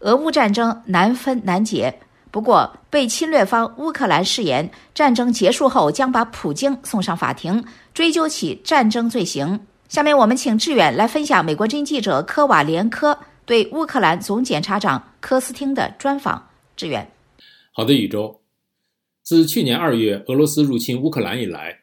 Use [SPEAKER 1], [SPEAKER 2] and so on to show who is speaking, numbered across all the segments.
[SPEAKER 1] 俄乌战争难分难解。不过，被侵略方乌克兰誓言，战争结束后将把普京送上法庭，追究起战争罪行。下面我们请志远来分享美国之音记者科瓦连科对乌克兰总检察长科斯汀的专访。志远，
[SPEAKER 2] 好的，宇宙。自去年二月俄罗斯入侵乌克兰以来，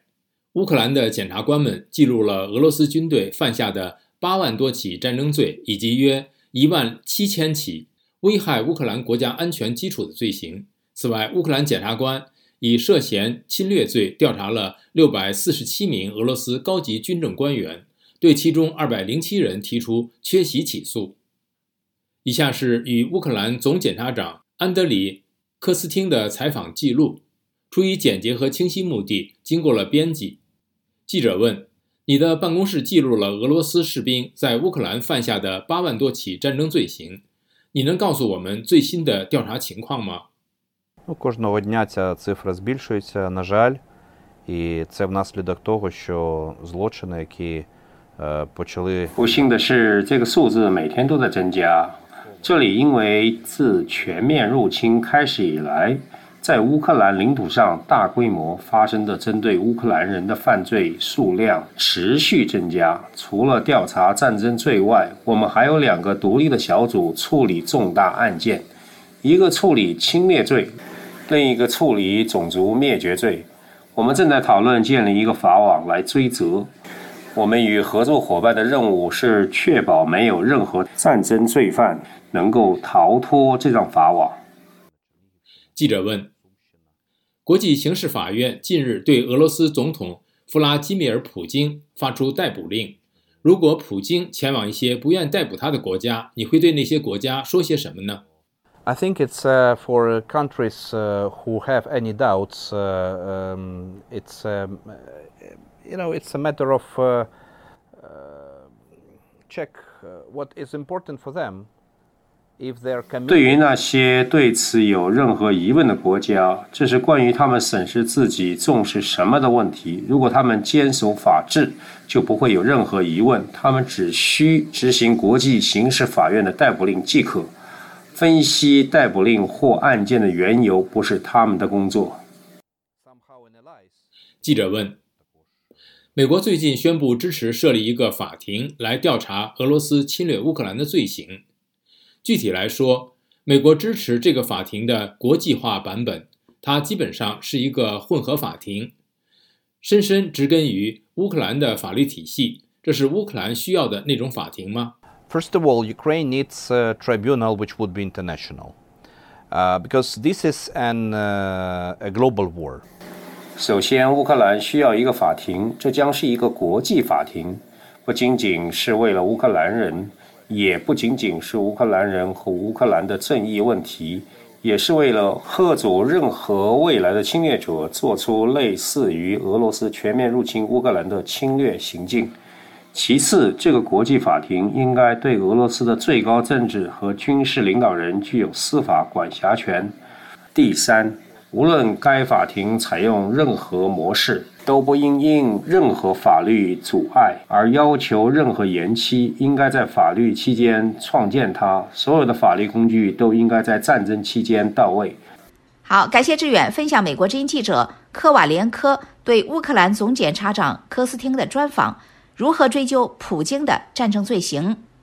[SPEAKER 2] 乌克兰的检察官们记录了俄罗斯军队犯下的八万多起战争罪，以及约一万七千起。危害乌克兰国家安全基础的罪行。此外，乌克兰检察官以涉嫌侵略罪调查了六百四十七名俄罗斯高级军政官员，对其中二百零七人提出缺席起诉。以下是与乌克兰总检察长安德里·科斯汀的采访记录，出于简洁和清晰目的，经过了编辑。记者问：“你的办公室记录了俄罗斯士兵在乌克兰犯下的八万多起战争罪行。”你能告诉我们最新的调查情况吗？
[SPEAKER 3] Ну, кожного дня ця цифра збільшується, на жаль, і це внаслідок того, що злочини, які е, почали
[SPEAKER 4] 不幸的是，这个数字每天都在增加。这里因为自全面入侵开始以来，在乌克兰领土上大规模发生的针对乌克兰人的犯罪数量持续增加。除了调查战争罪外，我们还有两个独立的小组处理重大案件，一个处理侵略罪，另一个处理种族灭绝罪。我们正在讨论建立一个法网来追责我们与合作伙伴的任务是确保没有任何战争罪犯能够逃脱这张法网。
[SPEAKER 2] 记者问。国际刑事法院近日对俄罗斯总统弗拉基米尔·普京发出逮捕令。如果普京前往一些不愿逮捕他的国家，你会对那些国家说些什么呢？
[SPEAKER 3] I think it's uh, for countries uh, who have any doubts. Uh, um, it's um, uh, you know it's a matter of uh, uh, check uh, what is important for them. If they're
[SPEAKER 4] 对于
[SPEAKER 3] committed,
[SPEAKER 4] 那些对此有任何疑问的国家，这是关于他们审视自己重视什么的问题。如果他们坚守法治，就不会有任何疑问。他们只需执行国际刑事法院的逮捕令即可。分析逮捕令或案件的缘由不是他们的工作。
[SPEAKER 3] somehow analyze.
[SPEAKER 2] 记者问：美国最近宣布支持设立一个法庭来调查俄罗斯侵略乌克兰的罪行。具体来说，美国支持这个法庭的国际化版本，它基本上是一个混合法庭，深深植根于乌克兰的法律体系。这是乌克兰需要的那种法庭吗？
[SPEAKER 3] First of all, Ukraine needs a tribunal which would be international, uh, because this is an uh, a global war.
[SPEAKER 4] 首先，乌克兰需要一个法庭，这将是一个国际法庭，不仅仅是为了乌克兰人，也不仅仅是乌克兰人和乌克兰的正义问题，也是为了贺阻任何未来的侵略者做出类似于俄罗斯全面入侵乌克兰的侵略行径。其次，这个国际法庭应该对俄罗斯的最高政治和军事领导人具有司法管辖权。第三，无论该法庭采用任何模式，都不应因任何法律阻碍而要求任何延期，应该在法律期间创建它。所有的法律工具都应该在战争期间到位。
[SPEAKER 1] 好，感谢志远分享美国之音记者科瓦连科对乌克兰总检察长科斯汀的专访，如何追究普京的战争罪行。